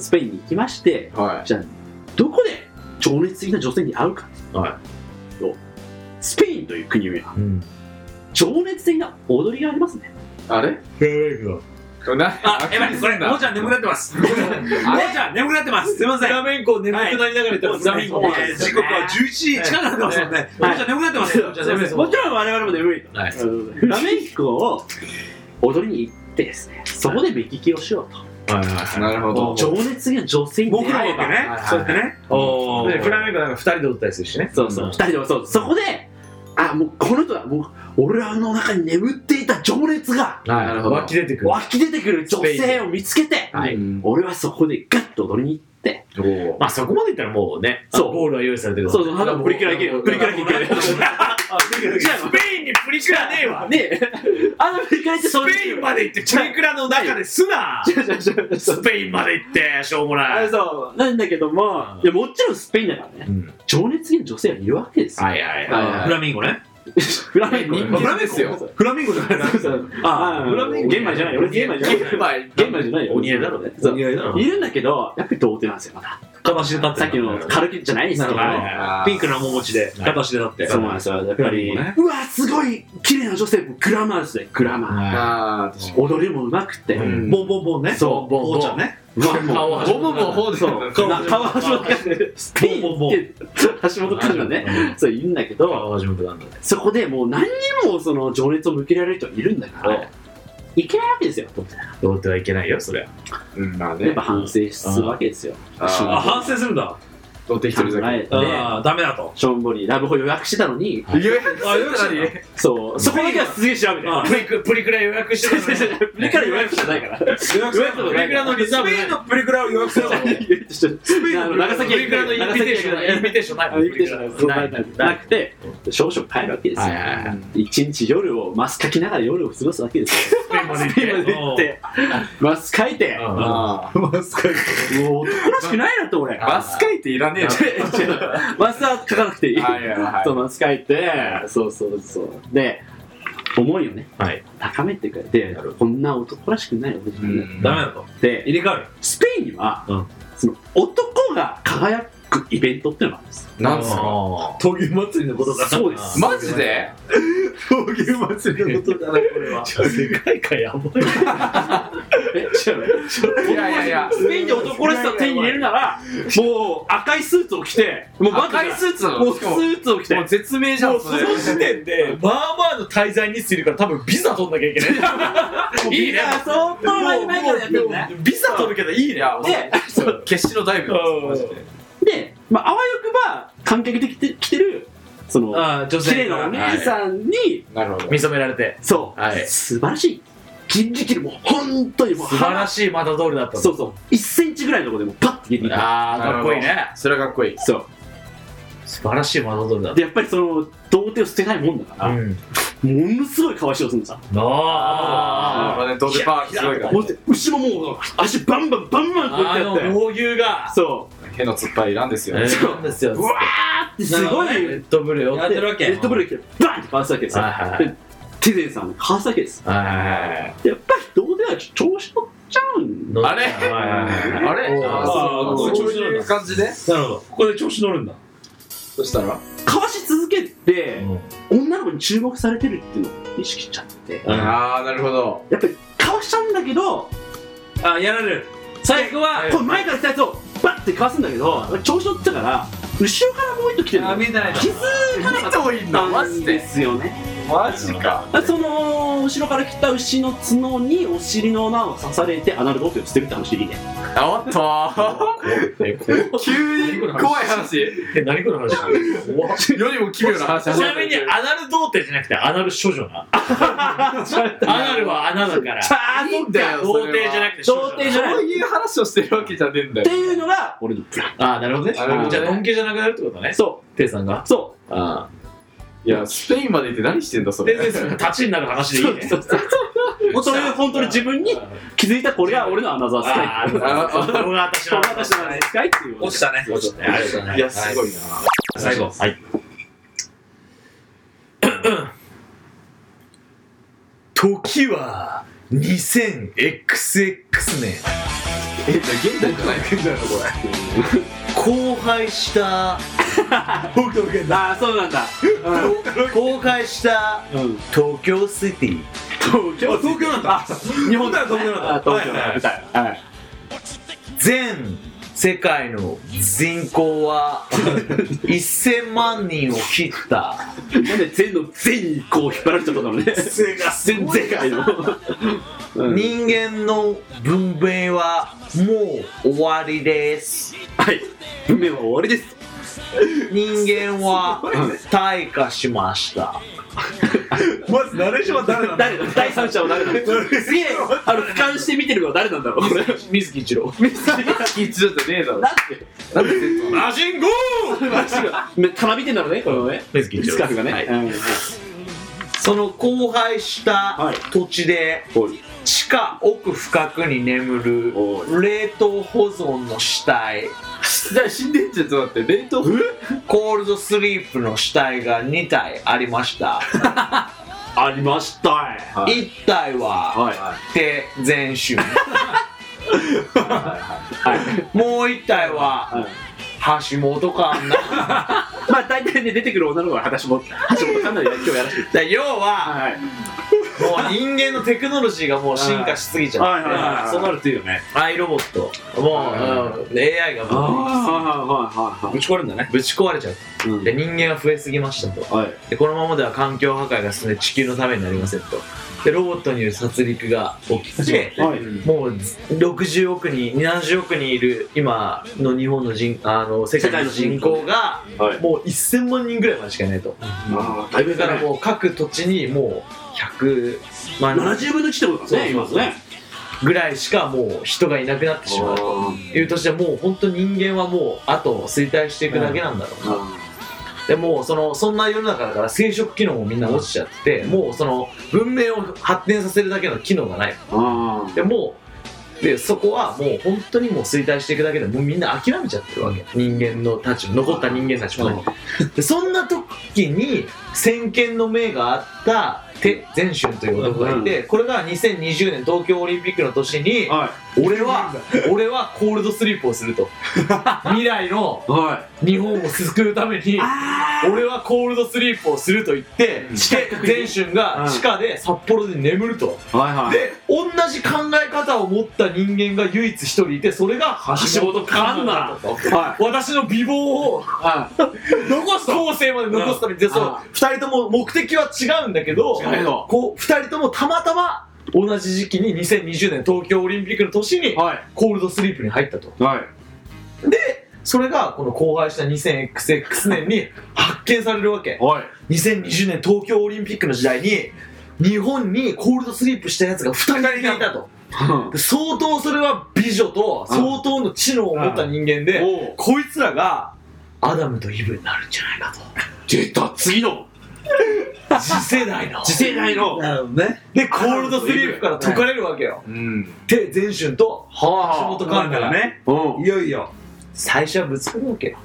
D: スペインに行きまして、
C: はい。
D: どこで情熱的な女性に会うか、
E: は
D: スペインという国には、情熱的な踊りがありますね。
C: あれ
E: フェアウェイク
G: あ、やばい、これ、もうちゃん眠くなってます。もうちゃん眠くなってます。すいません。
H: ラメンコ眠くなりながら
G: も
H: 言
G: う
H: った
G: ザ
H: ら
G: ミンゴえー時刻は11時近くなってますもんね。もうちゃん眠くなってます。もうちゃん眠くなってま
D: もちろん我々も眠いと、
H: はい
D: うんラメンコを踊りに行ってですねそこで目利きをしようと、
C: なるほど。
D: 情熱的な女性に
G: す。僕
D: 出
G: ら
D: 会
G: も
D: え
G: っ
D: ば
G: てね、そうやってね。
H: お
E: でフラ
H: ー
E: メンコなんか二人で踊ったりするしね
D: そうそう、二人でもそうそこであもうこの人はもう俺らの中に眠っていた情熱が
C: なるほど
E: 湧。き出てくる
D: 湧き出てくる女性を見つけて、
C: はい
D: うん俺はそこでガッと踊りに行って
E: まあそこまでいったらもうね
D: そう
E: ゴールは用意されてる
D: そうそうただプリキュラいけるよプリキュラいけるよ
E: じゃあスペインにプリクラねえわ
D: ねえあの振り返って
E: ス
D: その
E: ペインまで行ってプリクラの中ですなスペインまで行ってしょうも
D: あ
E: ない
D: れそうなんだけどもいやもちろんスペインだからね
E: うん
D: 情熱的な女性はいるわけですよ
E: いはい
C: はい
E: フラミンゴね
D: フラメンコ
C: 人間ですよ。
G: フラミンゴじゃないですか。
D: ああフ
E: フ
D: ラ
E: ラメ
D: メン
E: ン
D: コ
E: コ
D: 玄米じゃないよ俺玄米じゃないよ玄米じゃないよ
E: お似合いだろうね
D: そう
E: 似合いだろう
D: いるんだけどやっぱり童貞なんですよまだ
G: 片足で立って
D: さっきの軽くじゃないですけど
G: なるほど
C: あー
G: ピンクの面持ちで、片足で立って。
D: そうなんですよやっぱり
G: なる
D: うわすごい綺麗な女性グラマーですねグラマ
E: は
C: あー
D: ー踊りもうまくて
E: うん
G: ボンボンボンね。
D: そう
G: ボンボンちゃんね。
D: うわもう
E: 顔は
C: ボムもほうそう。
D: 顔は橋本環奈スペインって橋本環奈ねそういるんだけ
E: い
D: ど
E: 川島九段だね
D: そこでもう何にもその情熱を向けられる人いるんだか
E: は
D: らいけないわけですよ童貞
E: どうってはいけないよそりゃ
C: うん、まあ
D: やっ
C: ね
D: ぱ。反省するわけですよ
G: あ、
C: あ
G: 反省するんだ。
C: ー取ってきて
D: 考
C: るだけ。
D: えて
G: ああ、ダメだと。
D: しょんぼりラブホ予約してたのに
C: 予約
G: あ、よく
C: す
G: し
C: るなり
D: そうそこだけはすげえ調べて
G: プリクプリクラ予約してたのに
D: プリクラ予約じゃないから。予約じゃないから。
G: プリクラのリザーブ。スペインのプリクラを予約するの
D: あの長崎
G: プリクラのインビテーション、インビテーションないの。
D: なくて、少々帰るわけですよ。一日夜をマスかきながら夜を過ごすわけですよ。
E: スペインまで行っ
D: スペインまで
E: て
D: 行って、マス書いて、
E: うん
C: あー
D: もう男らしくないなと俺。
C: バス書いていらねえじ
D: 違う違うマスは書かなくていい。
C: はいはいはい
D: そうマス書いて、そうそうそう。で、思いをね、
E: はい
D: 高めてくれて、こんな男らしくない俺じゃ
C: ゃんう
D: ない。
C: ん。
G: ダメだと。
D: で、
G: 入れ替わる。
D: スペインには、
G: うん
D: その男が輝くイベントっていうのがあるんです。
C: なんすか
E: あ
G: 闘牛祭りのことだ。
D: そうです
C: マジで
G: 闘牛祭りのことだな、これは。
E: ー世界観やばい
D: え違う
C: いやいやいや。
D: スペインで男らしさを手に入れるなら、もう赤いスーツを着て、もうまず
C: 赤いスーツなの
D: もう
C: し
D: ス
C: かも
D: ーツを着て
C: もう、絶命じゃん、それ。
E: 時点でまあまあの滞在日数いるから多分ビザ取んなきゃいけない
D: いいね。相当前々からやってるね。
E: ビザ取るけどいい
C: い
E: ね
C: や、
D: で
C: そう決死のダイブだ
E: うん
C: マジで
D: で、まあ、あわよくば観客で来て来てる、その、
G: ああ、女
D: 綺
G: 性
D: 麗なお姉さんに、
C: なるほど。
E: 認められて
D: そう、
E: はい
D: 素晴らしい。銀力でもう本当にもう、
E: 素晴らしいまた通りだった
D: そうそう、1センチぐらいのところでもうパッて出てきた。
E: ああかっこいいね
C: それはかっこいい。
D: そう。
E: 素晴らしいまた通りだっ
D: でやっぱりその童貞を捨てないもんだか
E: た
D: ら、
E: うん
D: ものすごいかわしをするのさ、
C: なる
E: あ
C: ほ
E: ー
C: どね、ドデパークすごいから
D: も。う牛ももう足バンバンバンバンこうや
E: あの
D: ってやって
E: 猛牛が
D: そ
C: への突っ張りなんですよね。
D: そう
E: なんですよ
D: ううわーってすごい
G: なるほど
E: レッドブルを
G: やってるわけ。
D: レッドブルが来てバンってかわすわけですよ、
E: はいはい
D: でテゼンさんもかわすわけです
E: はい
D: やっぱり童貞はちょ調子乗っちゃうんだ
C: あれあれ
E: あー
C: あ
G: こ
C: ー
G: ういう
C: そういう感じで
G: なるほど。ここで調子乗るんだ。
C: そしたら
D: かわし続けて、女の子に注目されてるっていうのを意識しちゃって
C: ああ、なるほど。
D: やっぱりかわしちゃうんだけど
G: あ、やられる。最後は、
D: これ前から来たやつをバッてかわすんだけど調子乗ってたから後ろからもう一度来てる
G: あ、
D: の
G: 見えてないな
D: 気づかなかった
C: い
D: んですよね
C: マジか。
D: その後ろから来た牛の角にお尻の穴を刺されてアナルドーテを捨てるって話でいいね
C: あ、おっと
E: えこう
C: ー急に怖い話。
E: え何この話怖っ
C: よりも奇妙な話
E: ちなみにアナル童貞じゃなくてアナル処女なアナルは穴だから
C: あー、いいんだよ。
E: 童貞じゃなくて処女
D: 童貞じゃない
C: そ
D: っ
C: ういう話をしてるわけじゃねえんだ
D: て
C: よ。
D: いうのが俺のプラン
E: ああなるほどね
C: なるほどね
E: じゃあドンケじゃなくなるってことね
D: そ
E: テイさんが
D: うそ
E: あ
C: いや、スペインまで行って何してんだ、そ
E: で
C: れ。
E: で立ちになる話でいいね
D: そううもうそれ本当に自分に気づいたこれが俺のアナザースカイ
E: ああこれが私
D: こ
E: の
D: れが私のアナザースカイっていう
G: 落ちたね。
E: 落ちたねありがとうね
C: いや、すごいな。
E: 最後はい時は 2000XX 年
D: えじゃあ現代かな
I: 現代のこ
E: 荒廃した
G: 北斗県
D: あ
G: だ。
D: あそうなんだ
E: 荒廃した
D: うん
E: 東京シティ
D: 東京
I: 東京なんだ
G: 日本ではどうな
D: あ東京
I: はいはい
D: みたいなはい
E: 全世界の人口は1000万人を切った
D: なんで全の全にこう引っ張られちゃったんだろうね
G: 全が
D: 全世界のうん
E: 人間の文明はもう終わりです
D: はい運命は終わりです
E: 人間は退化しました
G: まずナレーションは誰なんだ
D: 誰だ第三者は誰なんだすげえあの俯瞰して見てるのは誰なんだろうこれ
C: 水木一郎一郎じゃねえだろ
I: マジンゴー
D: たまびてんだろうねこのね
E: 水木一郎
D: スカルがね
E: はい
D: うん
E: その荒廃した
D: はい
E: 土地で
D: おい
E: 地下奥深くに眠
D: お
E: る冷凍保存の死体
C: じゃあ死んでんじゃんちょっと待って冷凍庫
E: コールドスリープの死体が2体ありました
D: ありましたは
E: 1体は
D: はいは
E: 手全集
D: い
E: もう1体は
D: はい
E: 橋本環 奈
D: まあ大体ね出てくる女の子は私も私もかなり今日やらせて
E: だから要は
D: はい
E: もう人間のテクノロジーがもう進化しすぎちゃって、
D: そうなるといいよね
E: アイロボットもう、うん、AI が
D: ああ
E: もう
D: はいはいはい
I: ぶち壊れるんだね
E: ぶち壊れちゃって
D: うん
E: で人間が増えすぎましたと
D: はい
E: でこのままでは環境破壊が進んで地球のためになりませんとでロボットによる殺戮が起きて
D: はい
E: もう60億人70億人いる今の日本の人あの世界の人口が
D: はい
E: もう1000万人ぐらいまでしかいないと
D: ああだいぶ
E: だからもう各土地にもう100万人
D: 70分の1ってことなんですね今のね
E: ぐらいしかもう人がいなくなってしまういう年でもう本当人間はもうあと衰退していくだけなんだろうな、でもうそのそんな世の中だから生殖機能もみんな落ちちゃって、もうその文明を発展させるだけの機能がない
D: あ
E: でもうでそこはもう本当にもう衰退していくだけでもうみんな諦めちゃってるわけ人間のたちも残った人間たちもね、でそんな時に先見の明があったテ・ゼンシュンという男がいて、これが2020年東京オリンピックの年に、
D: あは
E: 俺は俺はコールドスリープをす ると未来の
D: いは
E: 日本を救うために俺はコールドスリープをすると言って全春が地下で札幌で眠ると
D: いはいはい
E: で同じ考え方を持った人間が唯一一人いてそれが橋本環奈だと
D: は
E: 私の美貌を
D: は
E: 残す後世まで残すためにでその2人とも目的は違うんだけど
D: 違うよ
E: こう2人ともたまたま同じ時期に2020年東京オリンピックの年に
D: は
E: コールドスリープに入ったと
D: いはい
E: それがこの荒廃した 2000XX 年に発見されるわけ
D: はい
E: 2020年東京オリンピックの時代に日本にコールドスリープしたやつが2人だけいたとで相当それは美女と相当の知能を持った人間で
D: おう
E: こいつらがアダムとイブになるんじゃないかと
D: 出た次の
E: 次世代の
D: 次世代の
E: なるほどね でコールドスリープから解かれるわけよ
I: うん
E: で全春と橋本環奈が
I: ね
D: うん
I: いよいよ
E: 最初はぶつかるわけよ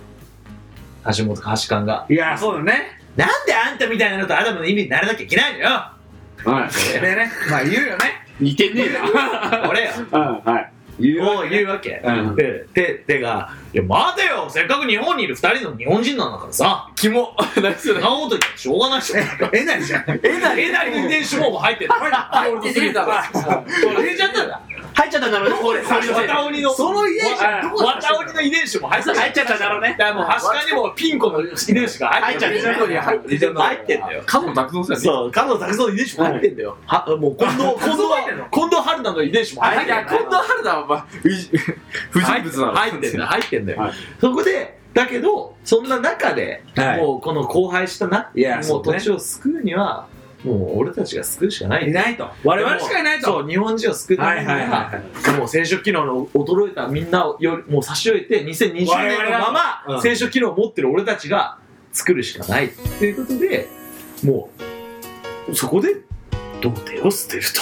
E: 橋本か橋勘が
G: いや、そうだね。
E: なんであんたみたいなのとアダムの意味にならなきゃいけないのよ
D: はい
G: でね、まあ言うよね。
D: 似てねえ
E: 俺よ
D: なうんはい
I: 言
E: もう言うわけ、
D: うん
E: でててが「いや待てよせっかく日本にいる2人の日本人なんだからさ
D: キモ何
E: そ
D: そ
E: んなこと言ってしょうがないじゃん」
G: えなりじゃん。
E: えなりえなり運転手も入ってる入ってすぎたから入れちゃったんだ
D: 入っちゃったんだろうねこれ
E: わたおりのその遺伝子わたおりの遺伝子も入ってた
D: 入っちゃったんだろうね
E: だからもうはしかにもピンコの遺伝子が入ってる
D: 入っちゃってる
E: 入ってんだよ入ってんだよ
C: カノ拓造さんね
E: そう、加藤拓造の遺伝子も入ってんだよ。は、もう近藤、近藤は、近藤春菜の遺伝子も入ってんだよ。
C: 近藤春菜はまあうじ不純物なの
E: 入ってんだよ、入ってんだよ。
D: はい
E: そこで、だけど、そんな中で、
I: はい
E: もうこの荒廃したな、
I: いや
E: も
I: そううね
E: 土地を救うには、もう俺たちが救うしかない。
G: いないと。我々しかいないと。
E: そう、日本人を救うためには、
G: はいはいは
E: もう生殖機能の衰えたみんなをよもう差し置いて、2020年のま
G: 我々は
E: ま
G: うん
E: 生殖機能を持ってる俺たちが作るしかないっていうことで、もう、そこで、童貞を捨てると。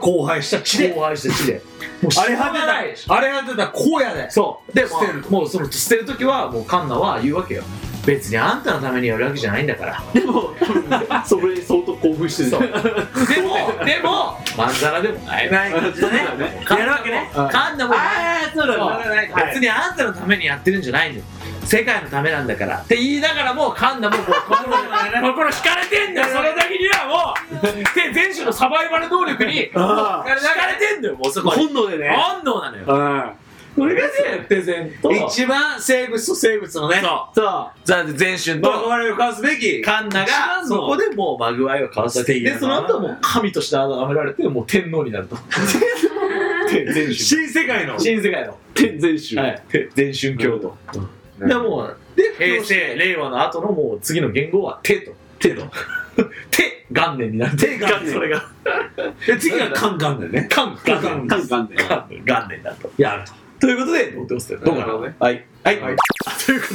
G: 荒廃した地で。
E: もう愛して地で。もう
G: あれ果て
E: ない
G: た、あれ果てた荒野で。
E: そう。で、
G: 捨てる
E: もうもうその捨てるときは、もうカンナは言うわけよ。別にあんたのためにやるわけじゃないんだから。
D: でもそれ相当興奮してる
E: そうでも、でも、まんざらでもない。
G: ない感じでね。
D: ね
G: やるわけね。
E: カンナも、
G: あそれは別にあんたのためにやってるんじゃないのよ世界のためなんだからって言いながらもカンナもこ う心心惹かれてんだよその時にはもう で前種のサバイバル能力にもう惹かれてんだよもうそこに
D: 本能でね
G: 本能なのよ
D: それがねプレゼント
G: 一番生物と生物のね
D: そう
G: ザ前春と
D: 憧れをかすべき
G: カンナが
E: そこでもうマグワイを交わされてでその後はもう神として崇められてもう天皇に なると 天全春
D: 新世界の
E: 新世界の
D: 天全集
E: はい天全春教徒
C: うん
E: でもうで
G: 平
E: 平
G: 成
E: 成令和の後のもう次の元号は手と手と 手元年になる手
D: 元 年
E: それが
G: で次がカンカンだよね
E: 関元年
D: カンカンで
E: 元年だとやるとということでどうってますよどうかなはいはい
D: はいじゃあというこ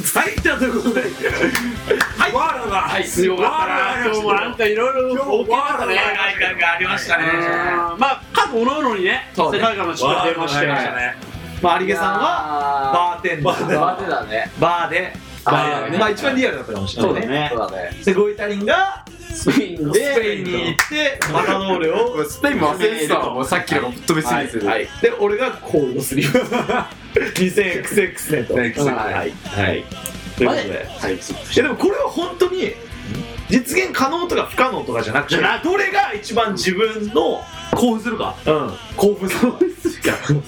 D: とで
G: はいワールドがはい
D: 強かったな今日もあんたいろいろ大き
G: ワ
D: かっ
G: ール
D: た
G: ド
D: ね
G: の外観がありましたね
D: あーまあ各おのおのにね世界観の違いが出まして
G: ね
E: まあ有毛さんは
C: は
E: バーテンダ
C: バ
E: ー
C: ーテだね
E: バーで
C: バーで
E: まあ一番リアルだったかもしれ
D: そ
E: な
D: う
E: い
D: だ
E: ね
D: ね
C: そうだね
E: でゴイタリンが
D: スペイン
E: スペインに行ってマタドーレを
C: スペインも忘れてたわもうさっきのがぶっ飛びすぎてる
E: はい、で俺がコールドスリ ー 2000XX 年と
C: はい
E: はいということで
D: はいそう
E: いやでもこれは本当に実現可能とか不可能とかじゃなくて
D: じゃ
E: どれが一番自分の
D: 興奮するか
E: うん興奮するか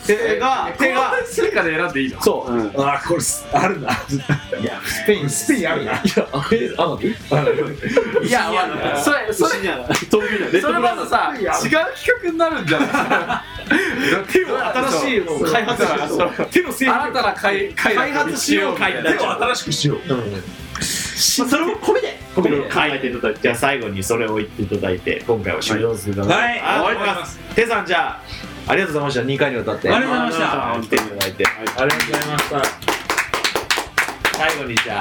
E: 手が手が
C: スペインから選んでいいの
E: そう、
D: うん
E: あこれすあるないやスペインスペインあるないやあれあの
C: いやそれそれ
D: には遠くにはレッ
C: そ
D: ド
C: れ
D: ブラ
C: ま
D: ザー
C: ずさ違う企画になるんじゃない
E: 手を新しいのを開発しよう手の製品
C: 新たな開開発しよう開
E: 手を新しくしよう、うん
D: まあそれも込みで込みで考えていただいて
E: じゃあ最後にそれを言っていただいて今回は終了するかな
G: はい
E: あ終わりますてさんじゃあありがとうございました2回にわたって
G: ありがとうございました
E: 来ていただいて
G: ありがとうございました
E: 最後にじゃあ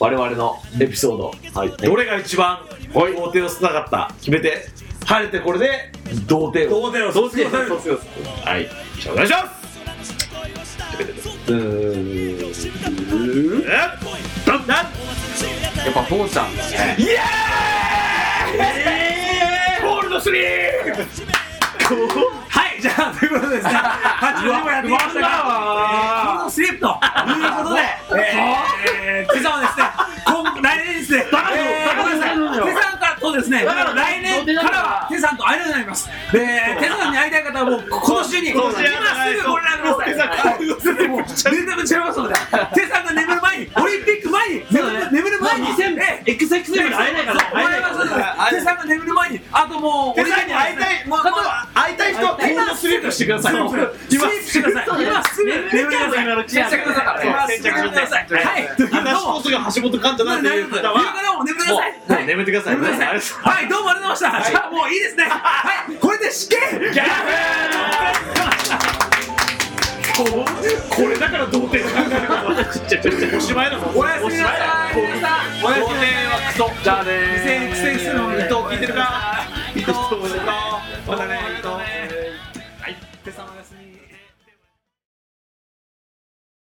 E: 我々のエピソード、どれが一番
D: は
E: 童貞を少なかった決めて晴れてこれで童貞を
G: どうだよどうだよ
E: はいじゃあお願いします
C: やっぱボーちゃんだね
G: ゴールドスリーはいじゃあということで ですね8時もやってきましたがゴールドスリーということでえーピザはですね今来年ですねバカのバカですねテさんからとですね来年からはテさんと会えるようになりますでテさんに会いたい方はもうこの週に今すぐご連絡くださいもう連絡違いますのでテさんが眠る前にオリンピック前に眠る前に XXL に会えないから会えないからテさんが眠る前にあともう
E: 手さんに会いたいもうもう会いたい人は行動するようにしてください
G: 今すぐ今すぐ眠りなさい今すぐ眠りなさいはいどう
E: 話
G: も
E: こそが橋本環太なんていう方は
G: 夕方も眠りなさい
E: もう眠ってください
G: 眠りなさいはいどうもありがとうございましたじゃあもういいですねはいこれで試験ギャ
E: これだから童貞を考えることおしまいだもん
G: おやすみなさいおやすみなさい
E: クソじゃあね
G: 苦戦苦戦するのに
E: 伊藤聞いてるか伊藤またね伊藤